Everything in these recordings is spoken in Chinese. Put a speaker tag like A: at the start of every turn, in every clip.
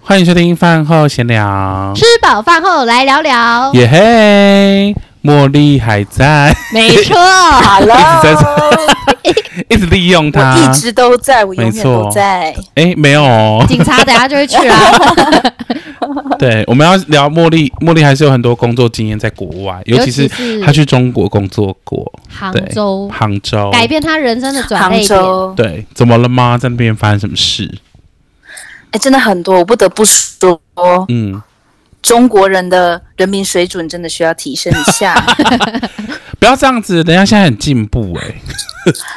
A: 欢迎收听饭后闲聊，
B: 吃饱饭后来聊聊，
A: 耶嘿！茉莉还在，
B: 没错，
C: Hello，
A: 一直利用
C: 我
A: 它。
C: 一直都在，我
A: 没
C: 永远
A: 错
C: 都在。
A: 哎，没有哦。
B: 警察等下就会去啊啦，
A: 对，我们要聊茉莉，茉莉还是有很多工作经验在国外，尤其是
B: 是
A: 她去中国工作过，
B: 杭
A: 对
B: 州，
A: 杭州。
B: 改变他人生的转
C: 杭
B: 捩点。
C: 州，
A: 对，怎么了吗？在那边发生什么事？
C: 哎，真的很多，我不得不说，
A: 嗯，
C: 中国人的人民水准真的需要提升一 下。
A: 不要这样子，人家现在很进步哎、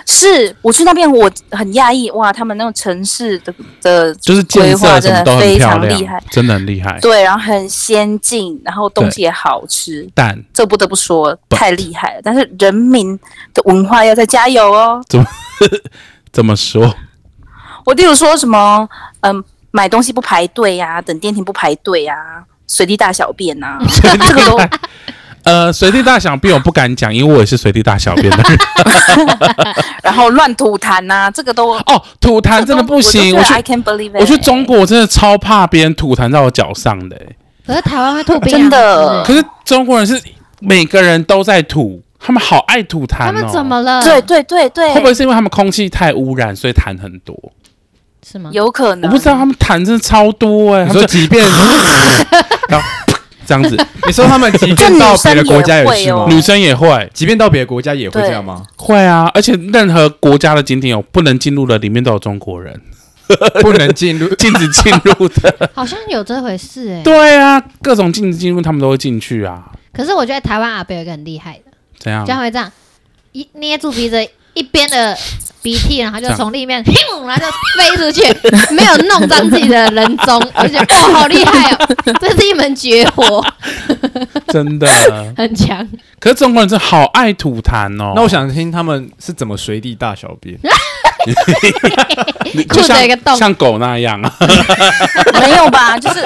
C: 是我去那边，我很讶异，哇，他们那种城市的的
A: 就是建
C: 规
A: 设
C: 划
A: 什
C: 真
A: 么都
C: 的
A: 很
C: 非
A: 漂
C: 常
A: 亮哎
C: 厉害，，
A: 真的很厉害。
C: 对，然后很先进，然后东西也好吃，
A: 但
C: 这不得不说
A: But-
C: 太厉害了。但是人民的文化要再加油哦。
A: 怎么说？
C: 我例如说什么，嗯，买东西不排队呀、等电梯不排队呀、随地大小便呐、
A: 随地大， 呃，随地大小便我不敢讲，因为我也是随地大小便的人。
C: 然后乱吐痰呐、这个都
A: 哦，吐痰真的不行，我
C: 我
A: 去
C: I can believe it。
A: 我去中国真的超怕别人吐痰在我脚上的欸、
B: 可是台湾会啊吐冰
C: 真
B: 哦
C: 的
A: 可是中国人是每个人都在吐，他们好爱吐痰哦。
B: 他们怎么了？
C: 对对对对，
A: 会不会是因为他们空气太污染，所以痰很多？
B: 是吗？
C: 有可
A: 我
C: 能？
A: 不知道他们痰真的超多哎、
D: 你
A: 他
D: 说
A: 们就
D: 即便
A: 这样子，
D: 你说他们即便到别的国家也是吗
C: 哦？
A: 女生也会
D: 即便到别的国家也会这样吗？
A: 会啊，而且任何国家的景点有不能进入的，里面都有中国人，
D: 不能进入
A: 禁止进入的。
B: 好像有这回事哎。
A: 对啊，各种禁止进入他们都会进去啊，
B: 可是我觉得台湾阿伯有一个很厉害的，
A: 怎样
B: 就？他会这样一捏住鼻子一边的鼻涕，然后就
A: 这样
B: 从里面，咻然后就飞出去，没有弄脏自己的人中，我就觉得哦，好厉害哦，这是一门绝活，
A: 真 的，
B: 很强。
A: 可是中国人真的好爱吐痰哦。
D: 那我想听他们是怎么随地大小便，
A: 你
B: 裤子
A: 就像
B: 有一个洞
A: 像狗那样啊，
C: 没有吧？就是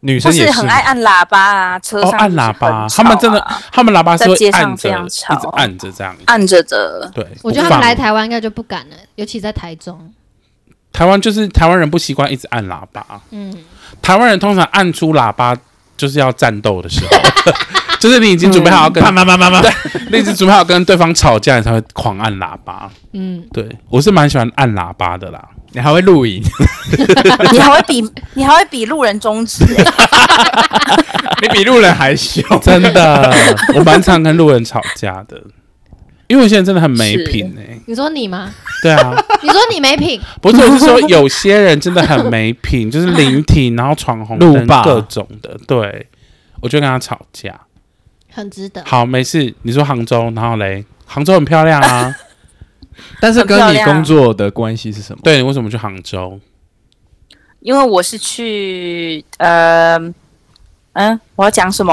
D: 女
C: 或
D: 生也
C: 是
D: 是
C: 很爱按喇叭啊，车
A: 哦，
C: 上、
A: 按喇叭，他们真的，他们喇叭是
C: 在
A: 会
C: 街上
A: 按着，
C: 非常
A: 一
C: 吵
A: 直按着这样。
C: 按着的。
A: 对，
B: 啊我觉得
A: 不
B: 他
A: 放
B: 们来台湾应该就不敢了，尤其在台中。
A: 台湾就是台湾人不习惯一直按喇叭，
B: 嗯，
A: 台湾人通常按出喇叭就是要战斗的时候， 就是你已经准备好要跟，
B: 嗯
D: 慢慢慢慢慢，
A: 你已经准备好跟对方吵架，你才会狂按喇叭。
B: 嗯，
A: 对，我是蛮喜欢按喇叭的 啦。
D: 你还会录影，
C: 你还会比你还会比路人中指、欸，
D: 你比路人还小。
A: 真的，我蛮常跟路人吵架的，因为我现在真的很没
C: 是
A: 品哎、
B: 你说你吗？
A: 对啊，
B: 你说你没品，
A: 不是，我是说有些人真的很没品，就是聆听，然后闯红
D: 路
A: 灯
D: 霸
A: 各种的。对，我就跟他吵架。
B: 很值得。
A: 好，没事。你说杭州，然后嘞，杭州很漂亮啊。
D: 但是
C: 很漂
D: 跟你
C: 亮
D: 工作的关系是什么？
A: 对，你为什么去杭州？
C: 因为我是去呃嗯，我要讲什么？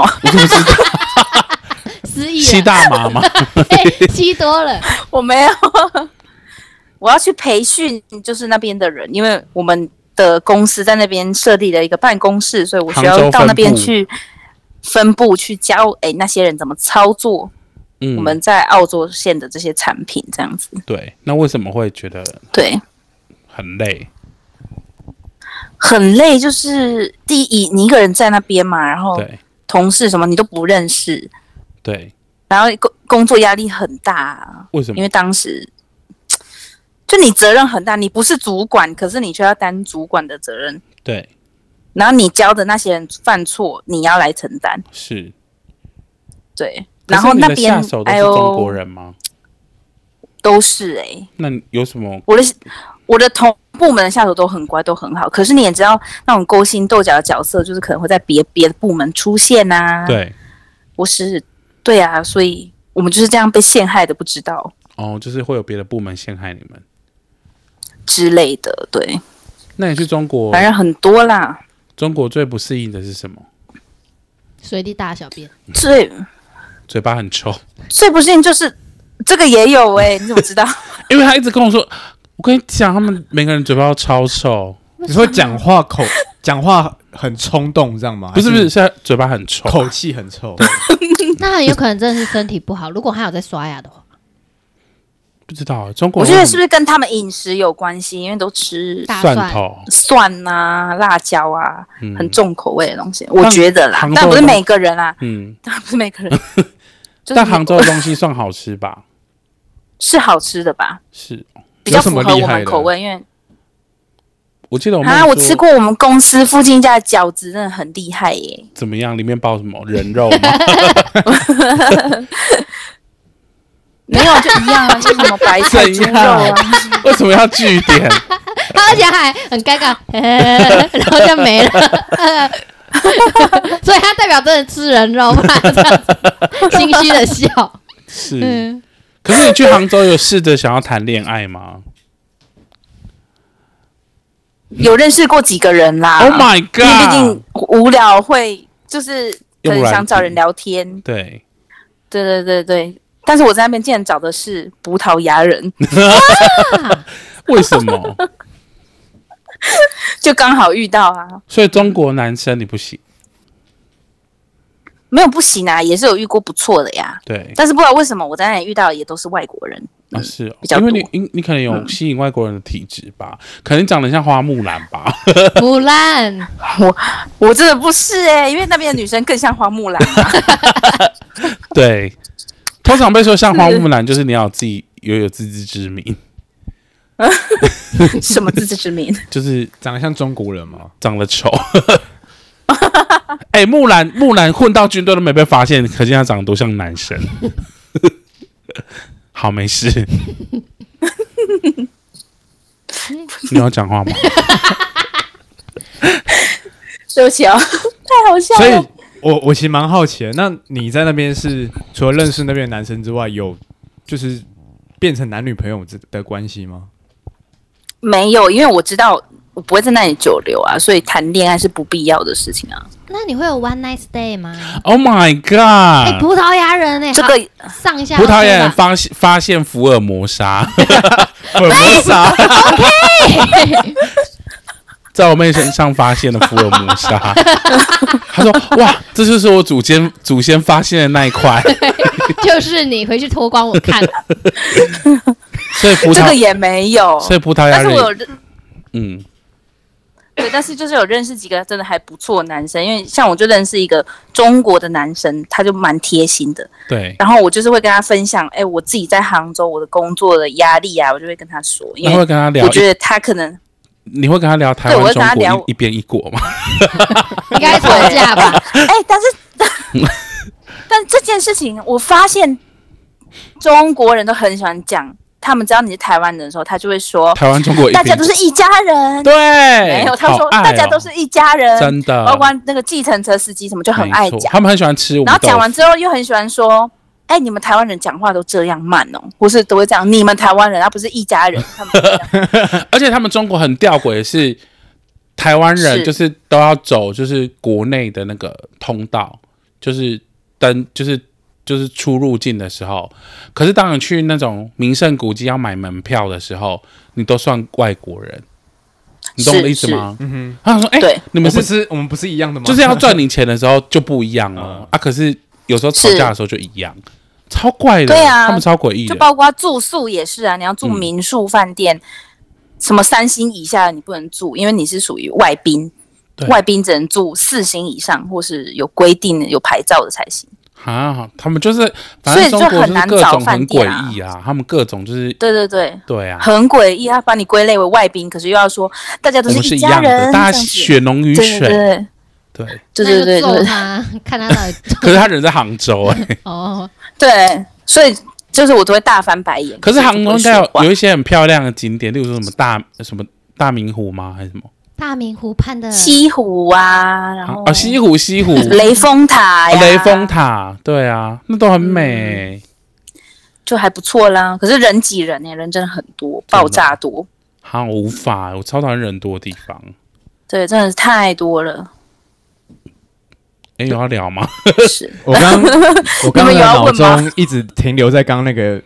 B: 失
C: 啊
B: 忆
A: 吸
B: 了，
A: 大麻 吗？
B: 吸多了。
C: 我没有， 我要去培训，就是那边的人，因为我们的公司在那边设立了一个办公室，所以我需
A: 杭州
C: 要
A: 分部
C: 到那边去分部去教，哎、那些人怎么操作
A: 嗯，
C: 我们在澳洲线的这些产品，这样子。
A: 对。那为什么会觉得
C: 对，
A: 很累？
C: 很累，就是第一，你一个人在那边嘛，然后
A: 对
C: 同事什么你都不认识，
A: 对，
C: 然后工工作压力很大啊，
A: 为什
C: 因
A: 么
C: 为？当时。就你责任很大，你不是主管，可是你却要担主管的责任，
A: 对，
C: 然后你教的那些人犯错，你要来承担。
A: 是。
C: 对，
A: 可
C: 然
A: 是
C: 后
A: 你
C: 那
A: 的
C: 边
A: 下手都
C: 哎
A: 是
C: 呦，
A: 中国人吗？
C: 都是哎、
A: 那你有什么？
C: 我的我的同部门的下手都很乖，都很好。可是你也知道，那种勾心斗角的角色，就是可能会在别别的部门出现呐、，
A: 对，
C: 我是对啊，所以我们就是这样被陷害的，不知道
A: 哦，就是会有别的部门陷害你们。
C: 之类的。对，
A: 那你去中国，
C: 反正很多啦。
A: 中国最不适应的是什么？
B: 随地大小便，
C: 最
A: 嘴巴很臭。
C: 最不幸就是这个也有哎、你怎么 知道？
A: 因为他一直跟我说，我跟你讲，他们每个人嘴巴都超臭，
D: 你说讲话口讲话很冲动这样吗？
A: 不是不是，
D: 还
A: 是他嘴巴很臭。
D: 口气很臭，
B: 嗯 那很有可能真的是身体不好。如果他有在刷牙的话，
A: 不知道中国
C: 我
A: 人
C: 觉得是不是跟他们饮食有关系？因为都吃
B: 大
A: 蒜
B: 蒜
A: 头
C: 蒜啊、辣椒啊，
A: 嗯
C: 很重口味的东西，我觉得啦
A: 杭，州
C: 但不是
A: 的东
C: 每个人啊，
A: 嗯，
C: 当然不是 每个人。就是
A: 但杭州的东西算好吃吧？
C: 是好吃的吧，
A: 是，
C: 比较
A: 有什
C: 符
A: 么
C: 合
A: 厉
C: 我
A: 害
C: 们
A: 的
C: 口。味，因为
A: 我记得我妹
C: 啊，我
A: 说
C: 吃过我们公司附近一家的饺子，真的很厉害耶。
A: 怎么样？里面包什么人肉吗？
C: 没有就一 样啊，就什么白菜
A: 怎
C: 猪肉
A: 样
C: 啊，？
A: 为什么要据点？
B: 他而且还很尴尬，呃 然后就没了。 呃所以他代表真的吃人肉，不然这样子心虚的笑。
A: 是，
B: 嗯，
A: 可是你去杭州有试着想要谈恋爱吗
C: 有认识过几个人啦。
A: ？Oh my
C: 啊因为毕
A: god！
C: 竟无聊会就是可
A: 用
C: 能
A: 软
C: 想找人
A: 体
C: 聊天，
A: 对，
C: 对对对对。但是我在那边竟然找的是葡萄牙 人，
A: 为什么？
C: 就刚好遇到啊，
A: 所以中国男生你不行，
C: 没有不行啊，也是有遇过不错的呀。
A: 对
C: 但是不知道为什么我在那里遇到的也都是外国人，
A: 啊是哦
C: 比较，
A: 因
C: 多嗯
A: 为你你你可能有吸引外国人的体质吧，可能长得像花木兰吧，
B: 嗯腐烂，
C: 我真的不是哎、因为那边的女生更像花木兰啊、
A: 对。通常被说像花木兰，就是你要有自己有有自知之明，
C: 什么自知之明。
A: 就是
D: 长得像中国人吗？
A: 长得丑。 哎、木兰木兰混到军队都没被发现，可见她长得多像男生。 好，没事。你要讲话吗？
C: 对不起哦，太好笑
D: 所以
C: 了。
D: 我我其实蛮好奇的，那你在那边是除了认识那边的男生之外，有就是变成男女朋友这的关系吗？
C: 没有，因为我知道我不会在那里久留啊，所以谈恋爱是不必要的事情啊。
B: 那你会有 one night stay 吗？
A: Oh my
B: 哎、
A: god！、
B: 葡萄牙人哎、
C: 这个
B: 好上一下
A: 葡萄牙人
B: 好吃吧
A: 发现发现福尔摩 沙，
D: 粉磨
C: 哎
D: 砂，
A: 在我妹身上发现了福尔摩沙。 他说：“哇，这就是我祖先祖先发现的那一块。
B: 就是你回去脱光我看，”
A: 所以葡
C: 这个
A: 萄，
C: 也没有，
A: 所以葡萄牙
C: 但是我有
A: 人，
C: 认
A: 嗯，
C: 对，但是就是有认识几个真的还不错的男生，因为像我就认识一个中国的男生，他就蛮贴心的。
A: 对。
C: 然后我就是会跟他分享，哎，我自己在杭州我的工作的压力啊，我就会跟他说，因
A: 那会
C: 为
A: 跟他聊
C: 我，觉得他可能
A: 你会跟他聊台
C: 对我
A: 湾、
C: 会跟
A: 中
C: 他聊
A: 国一一边一国吗？
B: 应该吵架吧？
C: 哎，但是 但这件事情，我发现中国人都很喜欢讲，他们知道你是台湾人的时候，他就会说
A: 台湾、中国一边
C: 大
A: 一
C: 家
A: 国
C: 都是一家人。
A: 对，
C: 没有，他
A: 好
C: 说
A: 爱哦
C: 大家都是一家人，
A: 真的，
C: 包括那个计程车司机什么就很爱
A: 没错
C: 讲。
A: 他们很喜欢吃我们豆
C: 然后
A: 腐。
C: 讲完之后又很喜欢说。哎，你们台湾人讲话都这样慢哦，不是都会这样？你们台湾人，他啊不是一家人，他们都这样
A: 而且他们中国很吊诡的是，台湾人
C: 是
A: 就是都要走就是国内的那个通道，就是登就是就是出入境的时候，可是当你去那种名胜古迹要买门票的时候，你都算外国人，你懂我的意思吗？
D: 嗯哼，
A: 他想 说，哎、
C: 对
A: 你们
D: 我们
A: 是
D: 不是我们不是一样的吗？
A: 就是要赚你钱的时候就不一样
D: 嗯
A: 哦、啊，可是有时候吵架的时候就一样，超怪的，
C: 对啊
A: 他们超诡异
C: 就
A: 的，
C: 包括住宿也是啊，你要住
A: 嗯
C: 民宿、饭店，什么三星以下的你不能住，因为你是属于外宾
A: 对，
C: 外宾只能住四星以上，或是有规定的、有牌照的才行。
A: 啊，他们就是，反
C: 所以
A: 正
C: 就
A: 中国
C: 很
A: 就是
C: 难
A: 各
C: 找
A: 种
C: 饭
A: 很
C: 店
A: 诡
C: 啊
A: 异啊，他们各种就是
C: 对对对，
A: 对啊，
C: 很诡异，他把你归类为外宾，可是又要说大家都
A: 我们
C: 一
A: 一
C: 家
A: 样
C: 人，
A: 的，大家
C: 这样子
A: 血浓于
C: 对对
A: 水，
C: 对
A: 对。
C: 对对对
B: 那就
C: 对
B: 揍他， 看他到底
A: 可是他人在杭州 哎、
B: 哦，
C: 对，所以就是我都会大翻白眼。
A: 可是杭州应该有
C: 我就不会说话
A: 有一些很漂亮的景点，例如说什么大什么大明湖吗？还是什么？
B: 大明湖畔的
C: 西湖啊，然后
A: 啊，西湖西湖
C: 雷峰塔
A: 哦
C: 呀，嗯
A: 雷峰塔，对啊，那都很美、
C: 就还不错啦。可是人挤人呢、人真的很多，
A: 真的
C: 爆炸多。
A: 好，我无法，我超讨厌人多的地方。
C: 对，真的是太多了。
A: 哎、有要聊 吗？
C: 是，
D: 我刚 我刚
C: 你们有
D: 刚的
C: 要
D: 脑
C: 问吗
D: 中一直停留在刚刚那个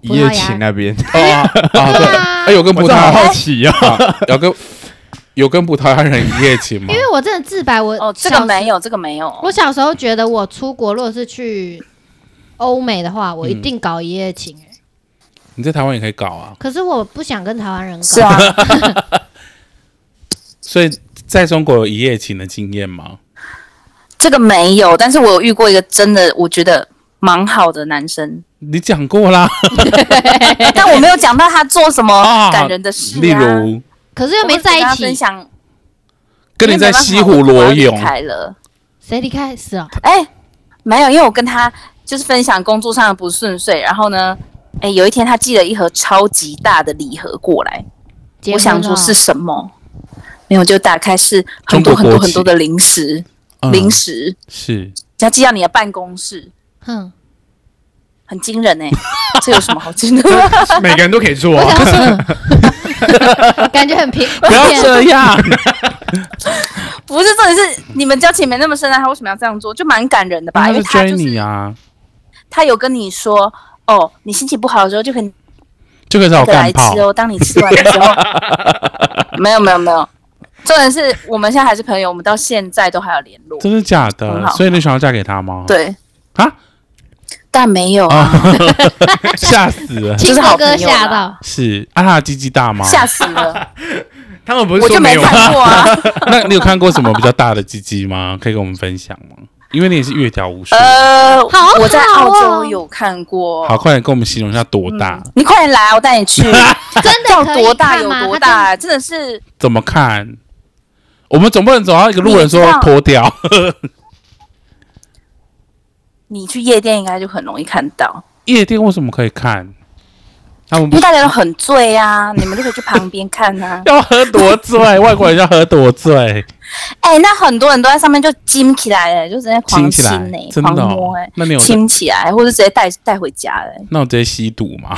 D: 一夜情那边，
A: 哦啊，啊对，哎、有跟
D: 我
A: 葡
D: 真的好
A: 萄
D: 好奇啊。
A: 牙有跟有跟葡萄牙人一夜情吗
B: 因？为我真的自白，我
C: 哦，这
B: 小
C: 个
B: 时
C: 没有，这个没有。
B: 我小时候觉得，我出国如果是去欧美的话，我一定搞一夜情、欸
A: 你在台湾也可以搞啊。
B: 可是我不想跟台湾人搞，
C: 是啊，
A: 所以在中国有一夜情的经验吗？
C: 这个没有，但是我有遇过一个真的，我觉得蛮好的男生，啊
A: 你讲过啦，
C: 但我没有讲到他做什么感人的事、啊，
A: 例如
B: 可是又没在
C: 我
B: 一
C: 会跟他分
B: 起，
C: 享，
A: 跟你在西湖裸 泳，
C: 开了，
B: 谁离开是哦，
C: 哎、没有，因为我跟他就是分享工作上的不顺遂，然后呢，哎、有一天他寄了一盒超级大的礼盒过来，
B: 结
C: 我
B: 婚
C: 想
B: 了
C: 说是什么，没有，就打开是很多
A: 中
C: 很
A: 国
C: 多
A: 国旗
C: 很多的零食，
A: 嗯
C: 零食，
A: 是
C: 他寄到你的办公室，
B: 哼，
C: 很惊人 哎、这有什么好惊的？
D: 每个人都可以做
B: 我
D: 啊
B: 想。说，感觉很 平，
C: 啊
A: 不要
B: 骗
A: 这样，
C: 不是，重点是你们交情没那么深啊，他为什么要这样做？就蛮感人的吧，
A: 他
C: 因为
A: 是
C: 他
A: 追
C: 就是
A: 你啊，
C: 他有跟你说，哦，你心情不好的时候就可以
A: 就可以找我
C: 再
A: 干
C: 来
A: 炮
C: 吃，哦。当你吃完的 时候，没有没有没有，重点是我们现在还是朋友，我们到现在都还有联络。
A: 真的假
C: 很
A: 的？
C: 好
A: 所以你想要嫁给他吗？
C: 对，
A: 啊
C: 但没有啊，
A: 啊， 吓死 了，
B: 青
C: 就是
B: 哥
C: 好
B: 哥
C: 朋友
B: 吓
C: 啦
B: 到，
A: 是啊，他的鸡鸡大吗？
C: 吓死了，
D: 他们不是
C: 我
D: 说
C: 就没
D: 有吗？
C: 看过啊。
A: 那你有看过什么比较大的鸡鸡吗？可以跟我们分享吗？因为你也是阅条无数，
C: 呃，
B: 好
C: 我在
B: 好
C: 澳
B: 哦
C: 洲有看过。
A: 好，快点跟我们形容一下多大，
C: 你快点来啊，我带 你去。
B: 真
C: 到
B: 的可以
C: 多大
B: 看
C: 有
B: 吗他
C: 多
B: 真的
C: 大啊，真的是
A: 怎么看？我们总不能走到一个路人说
C: 你知道
A: 脱掉，
C: 你去夜店应该就很容易看到，
A: 夜店为什么可以看？。
D: 他们
C: 因
D: 不，
C: 为大家都很醉啊，你们就可以去旁边看啊
A: 要喝多醉？外国人要喝多 醉？
C: 哎、那很多人都在上面就จิ้起来了，就直接狂
A: 亲起
C: 亲
A: 来
C: 呢、，
A: 真
C: 狂
A: 的、哦
C: 摸哎、？
A: 那你有
C: 亲起来，或者直接带带回家欸嘞。
A: 那我直接吸毒吗？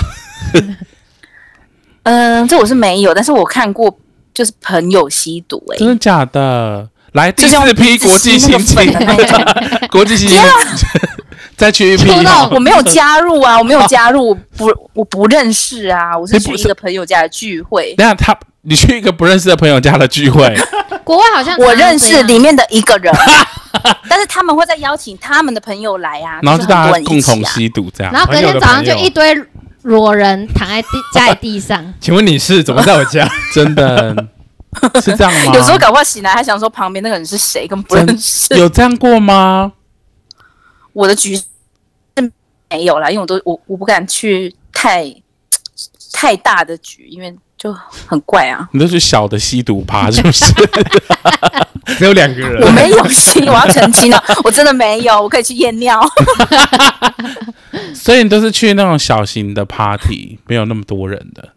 C: 嗯、这我是没有，但是我看过，就是朋友吸毒哎、
A: 真的假的？来第
C: 就像
A: 四批国际
C: 吸那
A: 性
C: 个
A: 侵
C: 粉的，那一种。
A: 国际性侵，
C: 啊
A: 再去一批
B: 触
A: 好
B: 动
C: 我没有加入啊，我没有加入，我不我不认识啊，我是
A: 你哎不
C: 去一
A: 是
C: 个朋友家的聚会，
A: 等一下他，你去一个不认识的朋友家的聚 会，
B: 国外好像
C: 我
B: 常常
C: 认
B: 这
C: 识
B: 样
C: 里面的一个人，但是他们会再邀请他们的朋友来啊，
A: 然后
C: 就
A: 就是大
C: 很多
A: 家
C: 人
A: 共
C: 一起
A: 同
C: 啊。
A: 吸毒这样。
B: 然后隔天早上就一堆裸人躺在地 家里地上
D: 请问你是怎么在我家？
A: 真的是这样吗？
C: 啊 有时候搞不好醒来还想说旁边那个人是谁，根本不认识。
A: 有这样过吗？
C: 我的局是没有啦，因为我都我我不敢去太太大的局，因为就很 怪啊。
A: 你都是小的吸毒 趴是不是？
D: 只有两个
C: 我
D: 人，
C: 没有吸，我要澄清哦，我真的没有，我可以去验尿。
A: 所以你都是去那种小型的 party，没有那么多人的。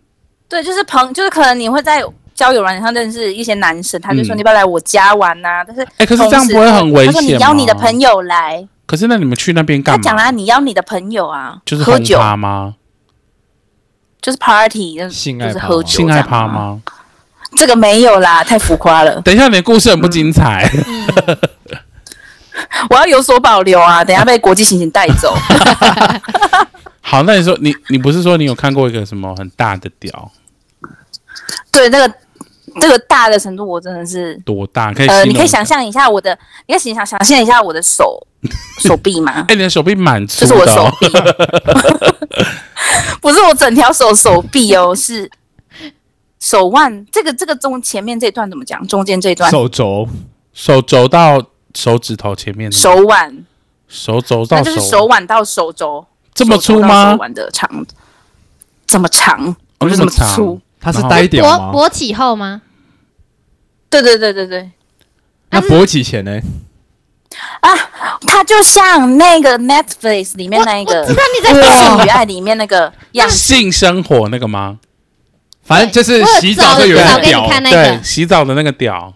C: 对，就是朋，就是可能你会在交友软件上认识一些男生，他就说
A: 嗯
C: 你要不要来我家玩呐、但是
A: 哎、可是
C: 可
A: 这样不会很危
C: 他说你
A: 险吗？
C: 邀你的朋友来，
A: 可是那你们去那边
C: 他
A: 干
C: 讲啦、
A: 嘛？
C: 你邀你的朋友啊，
A: 就是
C: 喝
A: 轰
C: 酒，
A: 趴吗？
C: 就是 party，就是
D: 性爱
C: 就是
D: 趴
C: 喝
D: 吗
C: 酒，啊
A: 性爱趴？吗？
C: 这个没有啦，太浮夸了，
A: 等一下，你的故事很不精彩。
C: 我要有所保留啊，等一下被国际刑警带走。
A: 好，那你说你你不是说你有看过一个什么很大的屌
C: 对，那个这个大的程度，我真的是，
A: 多大？可以
C: 呃，
A: 形
C: 你可
A: 容
C: 以
A: 一下？
C: 想象一下我的，你可以想想象一下我的手 手臂吗？
A: 哎、你的手臂蛮粗
C: 这是
A: 的、哦，
C: 我的手臂， 不是我整条手手臂哦，是手腕。这个这个中前面这段怎么讲？中间这段
D: 手肘
A: 手肘到手指头前面的
C: 手腕，
A: 手肘
C: 那
A: 到
C: 就是
A: 手
C: 手腕到手肘，
A: 这么
C: 手肘
A: 粗
C: 到
A: 吗
C: 手？腕的长，这么长，不
A: 哦，
C: 是
A: 那么
C: 这么粗
A: 长。
D: 他是
A: 然后
D: 呆屌
B: 勃
D: 吗？
B: 勃起后吗？
C: 对对对对对，
D: 那勃起前呢？
C: 它就像那个 Netflix 里面那一
B: 我
C: 个
B: 我知道你在
C: 《性
B: 讲
C: 与爱》里面那个样子。
A: 性生活那个吗？
D: 反正就是洗澡
B: 我
D: 会
B: 有
D: 有
B: 找
D: 人
B: 给
D: 屌
B: 哦你，看那
A: 对，
B: 个，
A: 洗澡的那个屌，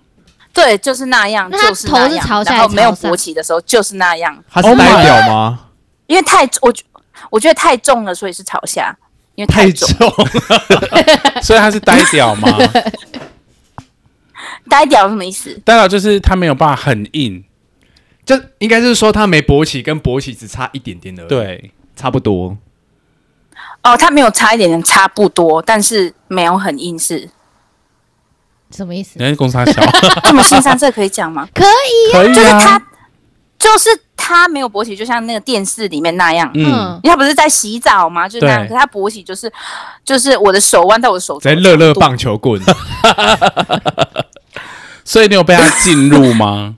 C: 对，就是那样，
B: 那他
C: 就是那
B: 头是
C: 样。
B: 朝下
C: 然后没有
B: 还是朝上
C: 勃起的时候就是那样，
D: 他是
A: Oh my
D: 呆屌吗？
C: 因为太我觉我觉得太重了，所以是朝下，因为重。
A: 所以他是呆屌 吗？
C: 呆屌是什么意思？
A: 呆屌就是他没有办法很硬，
D: 就应该是说他没勃起，跟勃起只差一点点的，，
A: 对，
D: 差不多。
C: 哦，它没有差一点点，差不多，但是没有很硬是。
B: 什么意思？
A: 人家公司小，
B: ？
C: 这么新三色可以讲吗
B: 可以
A: 可
C: 就是
A: 以啊
C: 它，，就是他没有勃起，就像那个电视里面那样。
A: 嗯，
B: 嗯，
C: 因为他不是在洗澡吗？就是那样，
A: 对
C: 可是他勃起就是就是我的手腕到我的手肘
D: 在
C: 的
D: 乐乐
C: 长度
D: 棒球 棍，
A: 所以你有被他进入吗？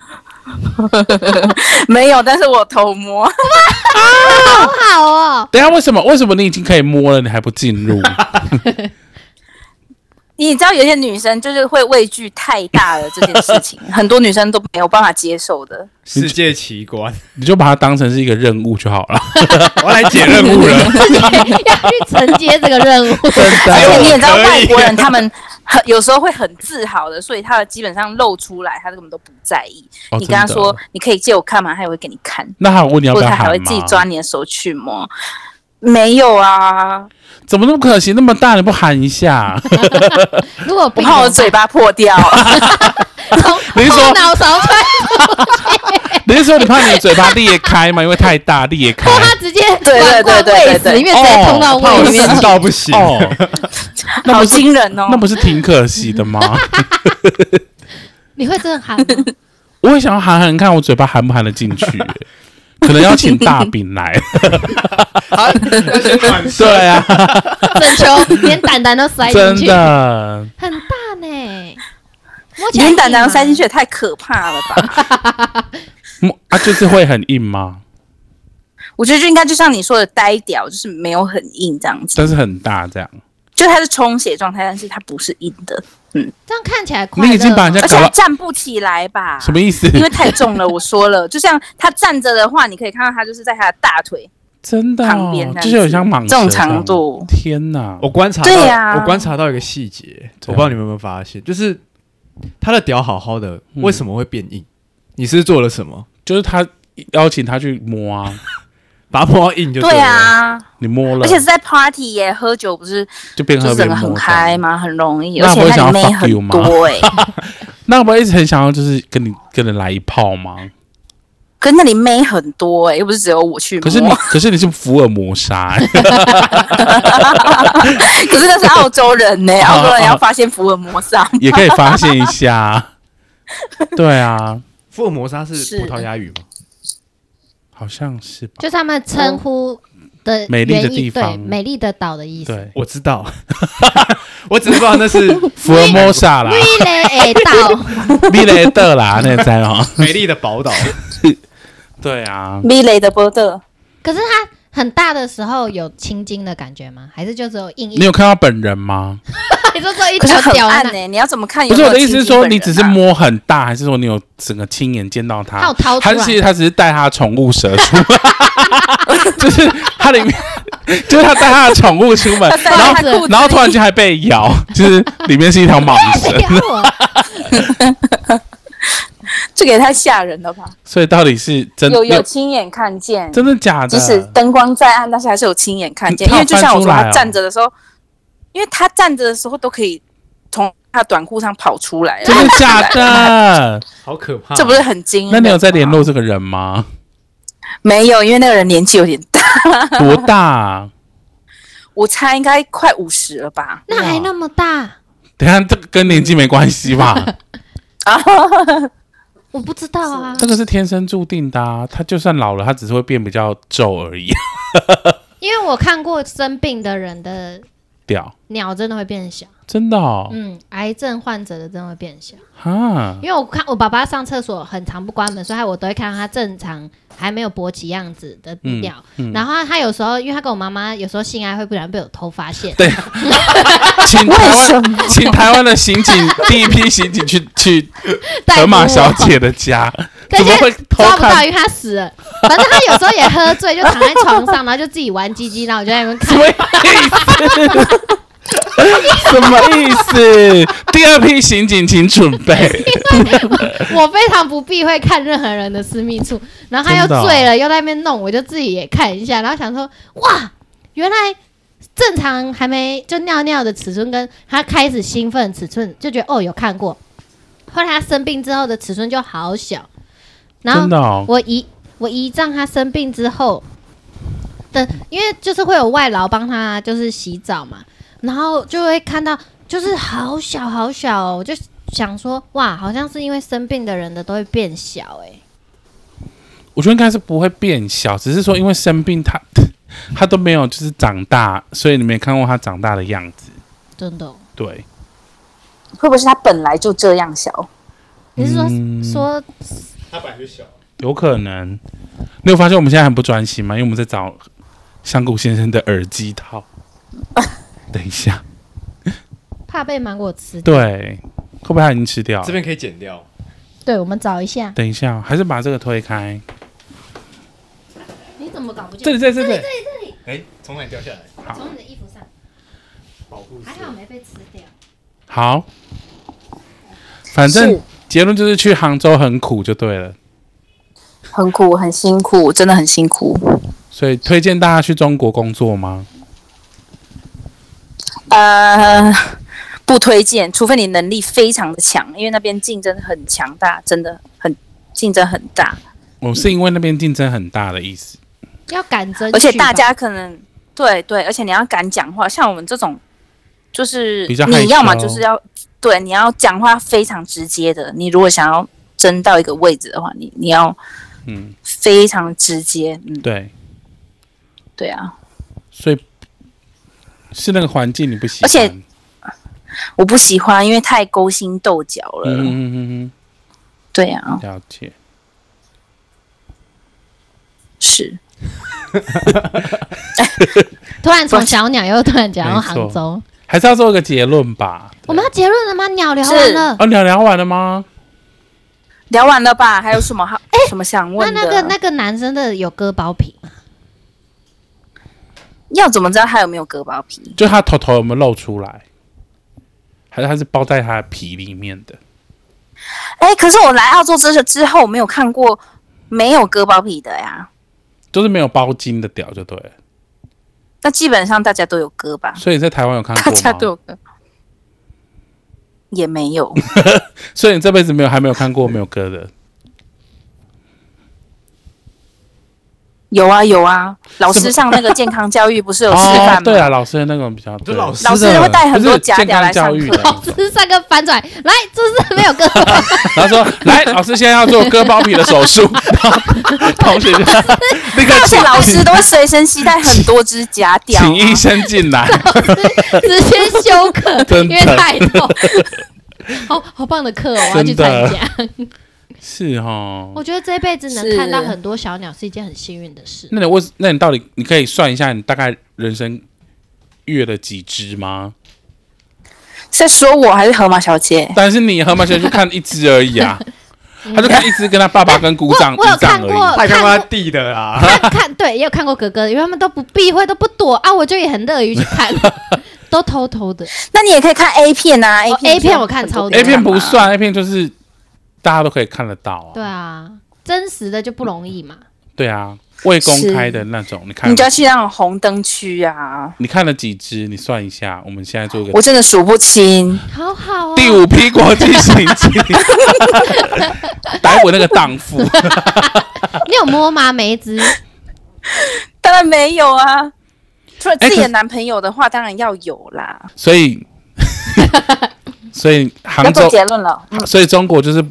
C: 没有，但是我偷摸，
B: 好好哦，
A: 等一下为什么为什么你已经可以摸了，你还不进 入？
C: 你知道有些女生就是会畏惧太大了这件事情，很多女生都没有办法接受的。
D: 世界奇观，
A: 你就把它当成是一个任务就好了。
D: 我要来解任务 了。
B: 自己要去承接这个任务，
C: 而且你也知道，
D: 我可
C: 外
D: 以
C: 国人他们很有时候会很自豪的，所以他基本上露出来，他根本都不在意。
A: 哦
C: 你跟他
A: 真的
C: 说你可以借我看嘛，他也会给你看，
A: 那还有问你要
C: 或
A: 不
C: 者
A: 要
C: 他
A: 喊
C: 还
A: 吗？
C: 会自己抓你的手去摸。没有啊，
A: 怎么那么可惜？那么大你不喊一 下？
B: 如果
C: 我
B: 不
C: 怕我嘴巴破掉。
B: 从
A: 你是说
B: 后脑勺穿
A: 你是说你怕你的嘴巴裂开吗？因为太大裂 开
B: 过，他直接
C: 对
B: 管
C: 对
B: 过
C: 对对
B: 胃
C: 对
B: 死，因为直接通到
A: 哦怕
D: 我
B: 胃
A: 是
B: 食。
D: 知道不行，
A: 哦， 那
C: 好
A: 不是
C: 惊人哦！
A: 那不是挺可惜的吗？
B: 你会真的喊吗？
A: 我也想要喊喊看，我嘴巴含不含得进去、可能要请大饼来，
D: 好，那先转身
A: 对啊，
B: 整球连胆胆都塞进
A: 真
B: 去，
A: 的，
B: 很大呢。摸起来
C: 连胆囊塞进去
B: 硬
C: 也太可怕了吧？
A: 嗯啊，就是会很硬吗？
C: 我觉得就应该就像你说的呆屌，就是没有很硬这样子，
A: 但是很大这样，
C: 就它是充血状态，但是它不是硬的，
B: 吗，这样看起来快乐。
A: 你已经把人家
C: 而且
A: 搞
C: 还
A: 到
C: 站不起来吧？
A: 什么意思？
C: 因为太重了，我说了，就像他站着的话，你可以看到他就是在他的大腿，
A: 真的、
C: 旁边
A: 哦
C: 这样，
A: 就
C: 子
A: 是有像蟒蛇
C: 啊这种
A: 这样
C: 长度
A: 天哪！ 哦
D: 我观察到，
C: 对啊呀
D: 我观察到一个细节，
A: 怎样
D: 我不知道你们有没有发现，就是他的屌好好的，
A: 嗯
D: 为什么会变硬？你是不是做了什么？
A: 就是他邀请他去摸 啊，
D: 把它摸到硬就
C: 对
D: 了。
C: 啊，
A: 你摸了，
C: 而且是在 party 耶，喝酒不是
A: 就边
C: 就
A: 喝
C: 是
A: 边
C: 整个
A: 摸，
C: 很嗨。吗？很容易，
A: 那
C: 而且
A: 不会
C: 他
A: 想
C: 妹
A: 要 fuck
C: 很
A: you 吗
C: 多 哎，
A: 那我一直很想要，就是跟你跟人来一炮 吗？
C: 可是那里妹很多哎，又不是只有我去摸，
A: 可是你，可是你是福尔摩沙、 欸，
C: 可是那是澳洲 人呢，
A: 啊
C: 澳洲人要发现福尔摩啊沙，
A: 也可以发现一 下。对啊，
D: 福尔摩沙是
C: 是
D: 葡萄牙语吗？
A: 好像是吧？
B: 就是他们称呼的
A: 美丽的地
B: 原意对
A: 方
B: 美丽的岛的意思。
A: 对，
D: 我知道， 我只是不知道那是
A: 福尔摩沙啦，
B: 美丽的哎岛，
A: 利雷德啦，那在哦。
D: 美丽的宝岛。
A: 对啊，
C: 米雷的波特，
B: 可是它很大的时候有青筋的感觉吗？还是就只有硬硬
A: 你？有看到本人吗？
B: 你说只有一
C: 可是
B: 条
C: 很
B: 屌
C: 暗
B: 在那？
C: 哎，你要怎么看有
A: 不
C: 没
A: 是
C: 有
A: 我
C: 亲
A: 的意
C: 近本人啊？
A: 思是说，你只是摸很大，还是说你有整个亲眼见到他？
B: 它有掏出
A: 他
B: 来
A: 其实他只是带他的宠物蛇出门， 就是他里面，就是他带他的宠物出门，
C: 他塞
A: 然
C: 到
A: 后
C: 他裤子里，
A: 然后突然间还被咬，就是里面是一条蟒蛇
B: 谁，咬哎 我？
C: 这个也太吓人了吧？
A: 所以到底是真
C: 有有
A: 有
C: 亲眼看见，
A: 真的假
C: 即使
A: 的？
C: 灯光再暗，但是还是有亲眼看见。
A: 嗯
C: 因为就像我说，
A: 他有翻出来哦
C: 他站着的时候，因为他站着的时候都可以从他短裤上跑出来，
A: 真的假
C: 然后跑出来？
A: 的？
D: 好可怕！
C: 这不是很惊人吗？
A: 那你有在联络这个人吗？
C: 没有？因为那个人年纪有点大，
A: 多大啊？
C: 我猜应该快五十了吧。
B: 那还那么大？
A: 等一下这个跟年纪没关系吧？
C: 啊，
B: 我不知道啊
A: 这，个是天生注定的、啊，他就算老了，他只是会变比较皱而已。
B: 因为我看过生病的人的
A: 屌，
B: 鸟真的会变小，
A: 真的哦，
B: 嗯，癌症患者的真的会变小。
A: 哈，
B: 因为我看我爸爸上厕所很常不关门，所以我都会看到他正常还没有勃起样子的尿。
A: 嗯
B: 然后他有时候，因为他跟我妈妈有时候性爱会不然被我偷 发现，
A: 对，请台湾， 请台湾的刑警第一批刑警去去
B: 逮
A: 河
B: 捕
A: 马
B: 我
A: 小姐的 家，
B: 但
A: 怎
B: 是
A: 么会偷
B: 抓不到，
A: 看？
B: 因为他死了。反正他有时候也喝醉，就躺在床上，然后就自己玩鸡鸡，然后我就在那边
A: 什
B: 看。
A: 么意思？ 什么意思？第二批刑警请准备。
B: 我非常不避讳看任何人的私密处，然后他又
A: 真的哦
B: 醉了，又在那边弄，我就自己也看一下，然后想说，哇，原来正常还没就尿尿的尺寸，跟他开始兴奋的尺寸，就觉得哦有看过。后来他生病之后的尺寸就好小， 然后
A: 真的哦，
B: 我姨我姨丈他生病之后的，因为就是会有外劳帮他就是洗澡嘛，然后就会看到就是好小好小、哦，我就想说哇，好像是因为生病的人的都会变小哎、
A: 我觉得应该是不会变小，只是说因为生病他 他都没有就是长大，所以你没看过他长大的样子。
B: 真的哦。
A: 对，
C: 会不会是他本来就这样小？
B: 你是说、
A: 嗯
B: 说
D: 他本来就小，
A: 有可能。你有发现我们现在很不专心吗？因为我们在找香谷先生的耳机套。等一下，
B: 怕被芒果吃？
A: 对，会不会他已经吃掉了
D: 这？边可以剪掉。
B: 对，我们找一下。
A: 等一下，还是把这个推开。
B: 你怎么搞不见？
A: 这里，这里，这里。
D: 哎，从哪里掉下来？
B: 从你的衣服上，
D: 保护
B: 还好没被吃掉。
A: 好，反正
C: 是
A: 结论就是去杭州很苦就对了，
C: 很苦，很辛苦，真的很辛苦。
A: 所以推荐大家去中国工作吗？
C: 呃，不推荐，除非你能力非常的强，因为那边竞争很强大，真的很竞争很大，
A: 我是因为那边竞争很大的意思。
B: 要敢争取吧，
C: 而且大家可能对对，而且你要敢讲话，像我们这种，就是
A: 比较害
C: 你要么
A: 羞
C: 就是要对，你要讲话非常直接的，你如果想要争到一个位置的话，你你要
A: 嗯，
C: 非常直接，嗯，
A: 对，
C: 对啊，
A: 所以是那个环境你不喜欢，
C: 而且我不喜欢，因为太勾心斗角了，
A: 嗯嗯嗯嗯
C: 对啊
A: 嗯，，了解。
C: 是。
B: 突然从小鸟又突然讲到杭
A: 没错
B: 州，
A: 还是要做一个结论吧。对
B: 我们要结论了吗？鸟聊完
C: 啊
B: 了，
A: 哦，聊聊完了吗？
C: 聊完了吧？还有什么 好、什么想
B: 那
C: 问的？
B: 那个那个男生的有割包皮吗？
C: 要怎么知道他有没有割包皮？
A: 就他头头有没有露出来？还是他是包在他的皮里面的？
C: 哎、可是我来澳洲之之后没有看过没有割包皮的呀。
A: 就是没有包巾的屌就对了。
C: 那基本上大家都有割吧？
A: 所以你在台湾有看过
C: 大
A: 吗？
C: 家都有割，也没有。
A: 所以你这辈子没有还没有看过没有割的，
C: 有啊有啊，老师上那个健康教育不 是有示范吗？
A: 对啊，老师的那种比较，
D: 就
A: 对
D: 老师
C: 老师会带很
A: 不
C: 多
A: 是
C: 假
A: 健
C: 屌
A: 康
C: 来上
A: 教育
C: 课
A: 的，
B: 老师上个翻转来，这是没有割包皮，
A: 然后说来，老师现在要做割包皮的手 术，然后同学就立刻
C: 而且
A: 请
C: 老师都会随身携带很多只假屌、啊。
A: 请医生进 来，
B: 直接休课，
A: 真
B: 因
A: 的
B: 为太痛。好好棒的课哦，我要去
A: 真的
B: 参加。
A: 是哦
B: 我。觉得这辈子能
C: 是
B: 看到很多小鸟是一件很幸运的事。
A: 那你为那你到底你可以算一下你大概人生越了几只吗？
C: 在说我还是河马小姐？
A: 但是你河马学就看一只而已 啊，他就看一只跟他爸爸跟鼓
B: 我
A: 掌鼓
B: 我有
A: 掌
B: 看
A: 而
B: 过，
A: 已。
B: 看
D: 太看
B: 过
D: 过他弟的啦。
A: 啊
B: 看看对，也有看过哥哥的，因为他们都不避讳，都不躲啊，我就也很乐于去 看，都偷偷的。
C: 那你也可以看 A 片啊，A
B: 哦
C: 片、
B: A 片我看超多
A: A 片不算，A 片就是大家都可以看得到啊。
B: 对啊，真实的就不容易嘛。
A: 对啊，未公开的那种，你看
C: 你就要去那种红灯区啊！
A: 你看了几只？你算一下，我们现在做一个
C: 我真的数不清，
B: 好好哦，
A: 第五批国际刑 警，逮捕那个荡妇，
B: 你有摸吗？梅子？
C: 当然没有啊。除了
A: 哎
C: 自己
A: 可
C: 的
A: 是
C: 男朋友的话，当然要有啦。
A: 所以所以
C: 要
A: 杭
C: 做
A: 州，
C: 结论了，
A: 所以中国就是。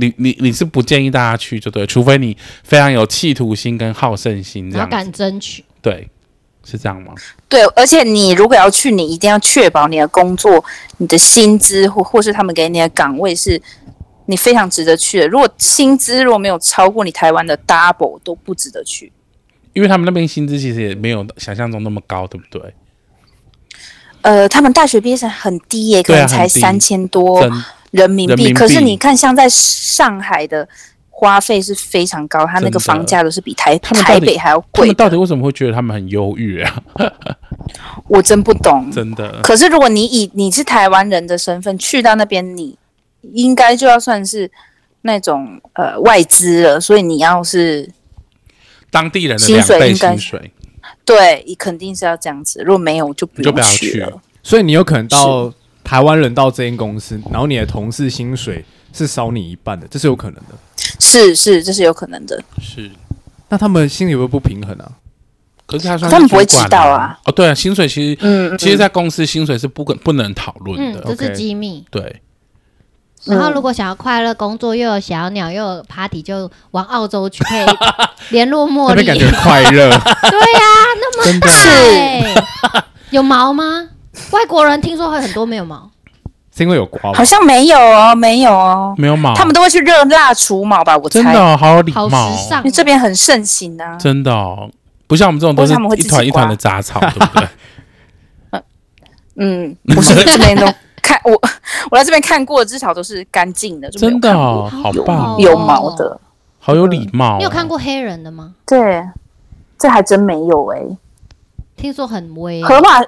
A: 你你你是不建议大家去就对，除非你非常有企图心跟好胜心这
B: 然后
A: 样，
B: 敢争取，
A: 对，是这样吗？
C: 对，而且你如果要去，你一定要确保你的工作、你的薪资或或是他们给你的岗位是你非常值得去的。如果薪资如果没有超过你台湾的 double，都不值得去。
A: 因为他们那边薪资其实也没有想象中那么高，对不对？
C: 呃，他们大学毕业生很低耶、可
A: 对啊
C: 能才
A: 很低
C: 三千多
A: 真
C: 人民
A: 人
C: 币。
A: 民
C: 可是
A: 币
C: 你看，像在上海的花费是非常高，它那
A: 真
C: 个
A: 的
C: 房价都是比台
A: 他们
C: 台
A: 到底
C: 北还要
A: 他
C: 贵
A: 们。到底为什么会觉得他们很优越啊？
C: 我真不懂。
A: 真的，
C: 可是如果你以你是台湾人的身份去到那边，你应该就要算是那种呃外资了，所以你要是
A: 当地人的
C: 薪
A: 两
C: 水
A: 倍
C: 应该
A: 薪
C: 是
A: 水，
C: 对，你肯定是要这样子。如果没有，就不
A: 你就不
C: 用
A: 要
C: 去
A: 去
C: 了。
D: 所以你有可能到台湾人到这间公司，然后你的同事薪水是少你一半的，这是有可能的。
C: 是是，这是有可能的。
A: 是，
D: 那他们心里会不会不平衡啊？
A: 可是他算
C: 他
A: 是
C: 们
A: 主
C: 不会
A: 管
C: 知道啊。
A: 哦，对啊，薪水其实，
C: 嗯，嗯
A: 其实，在公司薪水是不可不能讨论
B: 嗯，
A: 的。
B: 这是
D: OK
B: 机密。
A: 对，
B: 然后如果想要快乐工作，又有小鸟，又有 party，就往澳洲去，可以联络茉
D: 那
B: 莉。
D: 边感 觉
B: 对
D: 快乐，
B: 呀、那么
D: 真的
B: 大、欸，有毛吗？外国人听说会很多没有毛，
D: 是因为有刮吧
C: 好？像没有哦，没有哦，
A: 没有毛，
C: 他们都会去热蜡除毛吧？我
A: 真
C: 猜，
A: 的、哦、好有礼
B: 好
A: 貌哦，
B: 时尚
C: 因为这边很盛行啊。
A: 真的哦，不像我们这种都
C: 或
A: 是
C: 者他们会
A: 一
C: 自己
A: 团一团
C: 刮
A: 的杂草，对 不对？
C: 嗯，我是这边都看我 我来这边看过，至少都是干净的，就没
A: 真
C: 有
A: 的哦，好
C: 有
A: 棒哦，
C: 有毛的。
A: 好有礼貌、哦。
B: 你有看过黑人的吗？
C: 对，这还真没有哎、
B: 听说很威，
C: 河马、啊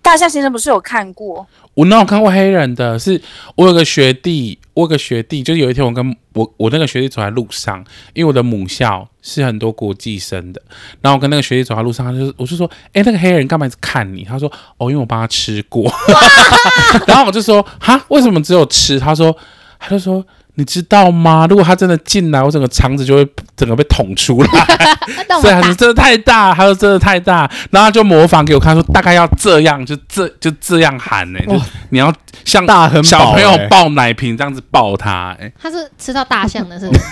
C: 大象先生不是有看过？
A: 我哪有看过黑人的？是我有个学弟，我有个学弟，就是有一天我跟我我那个学弟走在路上，因为我的母校是很多国际生的，然后我跟那个学弟走在路上，他就是我就说，哎、那个黑人干嘛一直看你？他说，哦，因为我帮他吃过。 然后我就说，哈，为什么只有吃？他说，他就说。你知道吗？如果他真的进来，我整个肠子就会整个被捅出来。
B: 啊但我
A: 所以他说
B: 打
A: 真的太大，他说真的太大，然后他就模仿给我看，说大概要这样，就这就这样喊呢、就你要像
D: 大亨堡
A: 小朋友
D: 欸
A: 抱奶瓶这样子抱他、欸，
B: 他是吃到大象的是不 是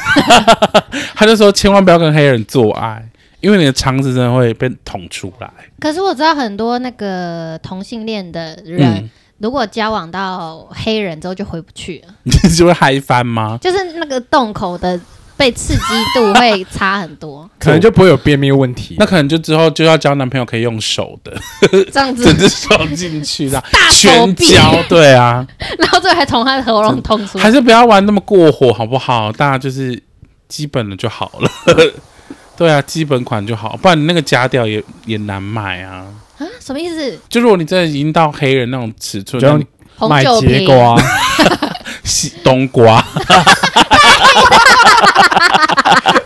A: 他就说千万不要跟黑人做爱，因为你的肠子真的会被捅出来。
B: 可是我知道很多那个同性恋的人，
A: 嗯，
B: 如果交往到黑人之后就回不去了，
A: 你就会嗨翻吗？
B: 就是那个洞口的被刺激度会差很
D: ，
B: 多
D: 可能就不会有便秘问题
A: 那。可能就之后就要交男朋友可以用手的，
B: 这样子
A: 整，只手进去的，
B: 大手
A: 全
B: 臂
A: 交，对啊，
B: 然后最后还从他的喉咙痛出来
A: 还。是不要玩那么过火好不好？大家就是基本的就好了。 对啊，基本款就好，不然你那个假屌也也难买啊。
B: 啊，什么意思？
A: 就如果你真的已经到黑人那种尺寸，
D: 就
A: 那
D: 用
A: 你
B: 红
D: 买
B: 酒
D: 节
B: 瓶，
D: 瓜，
A: 西冬瓜，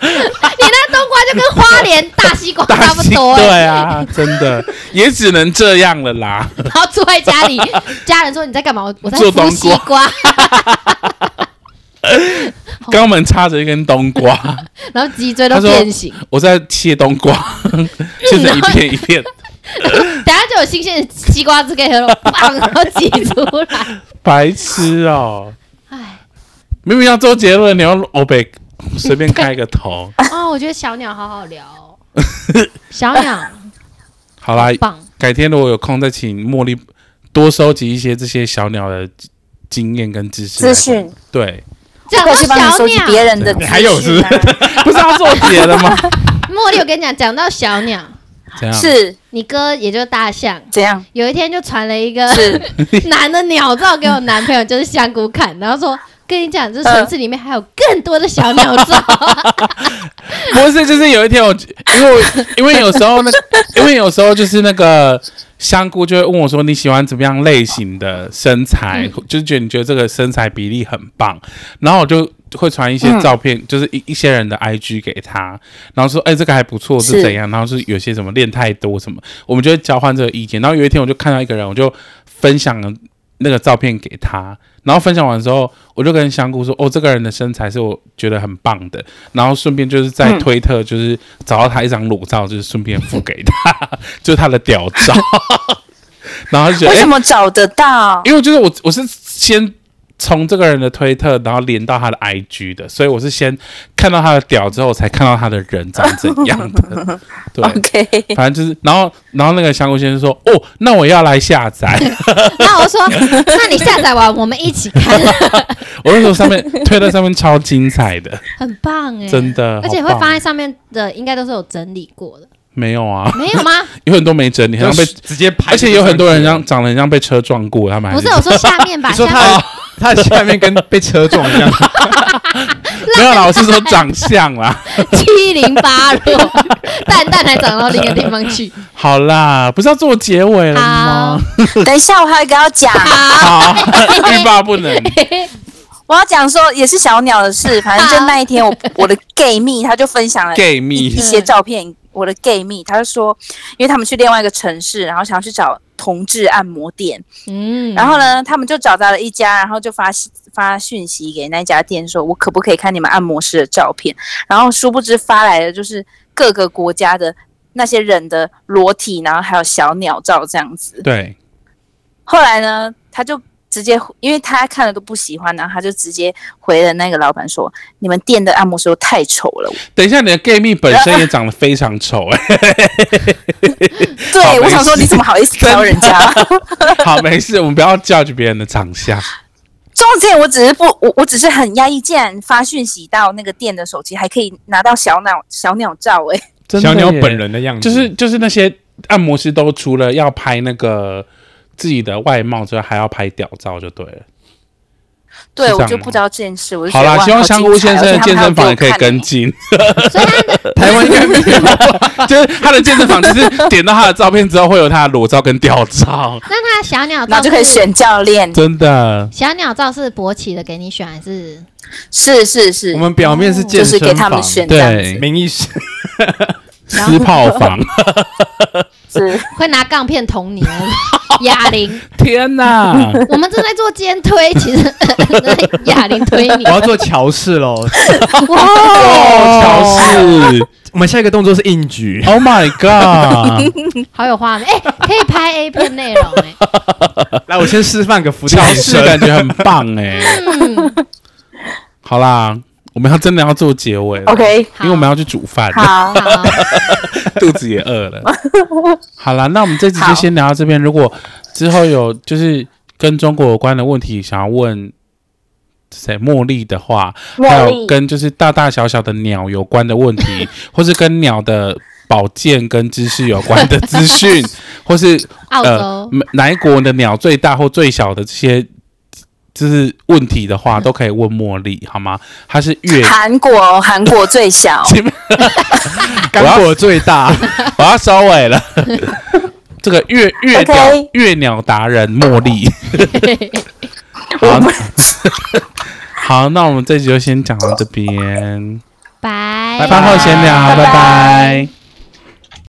B: 你那冬瓜就跟花莲大西瓜
A: 大
B: 差不
A: 西
B: 多、欸，
A: 对啊，真的也只能这样了啦。
B: 然后住在家里，家人说你在干嘛？我我在
A: 做
B: 孵
A: 冬
B: 西瓜，
A: 肛门插着一根冬瓜，
B: 然后脊椎都
A: 他说
B: 变形，
A: 我在切冬 瓜，就是一片一片，
B: 等下就有新鲜的西瓜汁可以喝了，棒，然后挤出来。
A: 白痴哦、
B: 哎，
A: 明明要周杰伦，你要欧北随便开一个 头。
B: 哦，我觉得小鸟好好聊 哦、小鸟
A: 好啦，
B: 棒，
A: 改天如果有空，再请茉莉多收集一些这些小鸟的经经验跟知识来
C: 资讯，
A: 对，
B: 讲
C: 我
B: 到
C: 去帮你
B: 啊小
C: 收集别
B: 鸟，
C: 人的
D: 你
C: 资
D: 还有
C: 讯啊、
A: 不是要做别的吗？
B: 茉莉，我跟你讲，讲到小鸟，
A: 怎 样？
C: 啊是
B: 你哥也就是大象，
C: 怎样？
B: 有一天就传了一个。
C: 是
B: 男的鸟照给我男朋友，就是香菇看，然后说跟你讲，这城市里面还有更多的小鸟 照。
A: 不是，就是有一天我，因为我因为有时候那，因为有时候就是那个香菇就会问我说你喜欢怎么样类型的身材，就是觉得你觉得这个身材比例很棒，然后我就会传一些照片，就是一一些人的 IG 给他，然后说哎、这个还不错是
C: 是
A: 怎样，然后是有些什么练太多什么，我们就会交换这个意见。然后有一天我就看到一个人，我就分享了那个照片给他，然后分享完之后，我就跟香菇说：“哦，这个人的身材是我觉得很棒的。”然后顺便就是
C: 嗯
A: 在推特就是找到他一张裸照，就是顺便付给他， 就是他的屌照。 然后他就觉得
C: 为
A: 哎
C: 什么找得到？
A: 因为就是我我是先从这个人的推特，然后连到他的 IG 的，所以我是先看到他的屌之后，才看到他的人长怎样 的。对，
C: OK，
A: 反正就是，然后然后那个香菇先生说：“哦，那我要来下载。
B: 那我说，那你下载完我们一起看，”
A: 我那时候上面推特上面超精彩的，
B: 很棒哎、
A: 真的，
B: 而且会
A: 好棒
B: 放在上面的，应该都是有整理过的，
A: 没有啊？
B: 没有吗？
A: 有很多没整理，好像被，
D: 直接拍
A: 而且有很多人像长得很像被车撞过，他们还
B: 不是，我说下 面吧，
D: 你说
B: 下
D: 他
B: 面
D: 他的下面跟被车撞一 样，
A: 没有啦，我是说长相 啦。
B: 七零八落， 蛋蛋还长到另一个地 方去。
A: 好啦，不是要做结尾了
B: 好
A: 吗？，
C: 等一下我还有一个要讲，
A: 好，啊 欲罢不能。
C: 我要讲说也是小鸟的事，反正就那一 天我我的 gay 蜜他就分享了
A: gay
C: 一
A: 蜜
C: 一些照片，我的 gay 蜜他就说，因为他们去另外一个城市，然后想要去找同志按摩店，
B: 嗯，
C: 然后呢，他们就找到了一家，然后就发信发讯息给那家店说，我可不可以看你们按摩师的照片？然后殊不知发来的就是各个国家的那些人的裸体，然后还有小鸟照这样子。
A: 对，
C: 后来呢，他就直接，因为他看了都不喜欢，然后他就直接回了那个老板说：“你们店的按摩师都太丑了。
A: 等一下，你的 gay 蜜本身也长得非常丑哎、
C: 对
A: 好没，事
C: 我想说你怎么好意思挑人家？
A: 好，没事，我们不要 judge 别人的长相。
C: 重点我只是不，我我只是很压抑，竟然发讯息到那个店的手机，还可以拿到小鸟小鸟照、欸，哎，
D: 对小鸟本人的
C: 嗯
D: 样子，
A: 就是就是那些按摩师都除了要拍那个自己的外貌之外，还要拍屌照就对了。
C: 对
A: 是这
C: 我
A: 样
C: 就
A: 吗
C: 不知道这件事，我就觉
A: 好
C: 得
A: 啦，
C: 哇
A: 希望香菇
C: 精彩
A: 先生的
C: 而且
A: 健
C: 他
A: 身
C: 们还
A: 房
C: 有
A: 也可
C: 给
A: 以
C: 我看
A: 跟
C: 欸
A: 进，
B: 所以他的
D: 台湾应该没有 吧
A: 就是他的健身房，就是点到他的照片之后会有他的裸照跟屌照，
B: 那他的小鸟
C: 然
B: 照
C: 后就可以
B: 是
C: 选教练，
A: 真的。
B: 小鸟照是勃起的给你选还是？
C: 是是是
D: 我，们表面是
C: 就
D: 健
C: 是
D: 身
C: 给他
D: 房
C: 们，选这样
A: 对
C: 子，，
D: 名 义是
A: 私炮房，
C: 是
B: 会拿杠片捅你， 哑铃。
A: 天哪！
B: 我们正在做肩推，其实 哑铃推你
D: 我。要做乔氏喽。
A: 哦，乔氏
D: 我们下一个动作是硬举，
A: ，Oh my God！
B: 好有画面，哎、可以拍 A 片内容哎、
D: 来，我先示范个伏 地
A: 乔
D: 挺
A: 氏
D: 身。
A: 感觉很棒哎。
B: 嗯
A: 好啦，我们要真的要做结尾了
C: OK，
A: 因为我们要去呃煮饭，
C: 好，
B: 好，
A: 肚子也饿了。好啦，那我们这集就
C: 好
A: 先聊到这边。如果之后有就是跟中国有关的问题想要问谁茉莉的话，还
C: 茉
A: 有
C: 莉，
A: 跟就是大大小小的鸟有关的问题， 或是跟鸟的保健跟知识有关的资 讯，或是
B: 澳洲、
A: 呃哪一国的鸟最大或最小的这些就是问题的
B: 嗯
A: 话，都可以问茉莉好吗？她是 越，
C: 韩国韩国最小
A: 前面
D: 干果最大，
A: 我要收尾 了。这个月月鸟
C: OK
A: 月鸟达人茉莉， 好，好，那我们这集就先讲到这边，
B: 哎拜
A: 八号闲聊，
C: 拜拜
A: 拜拜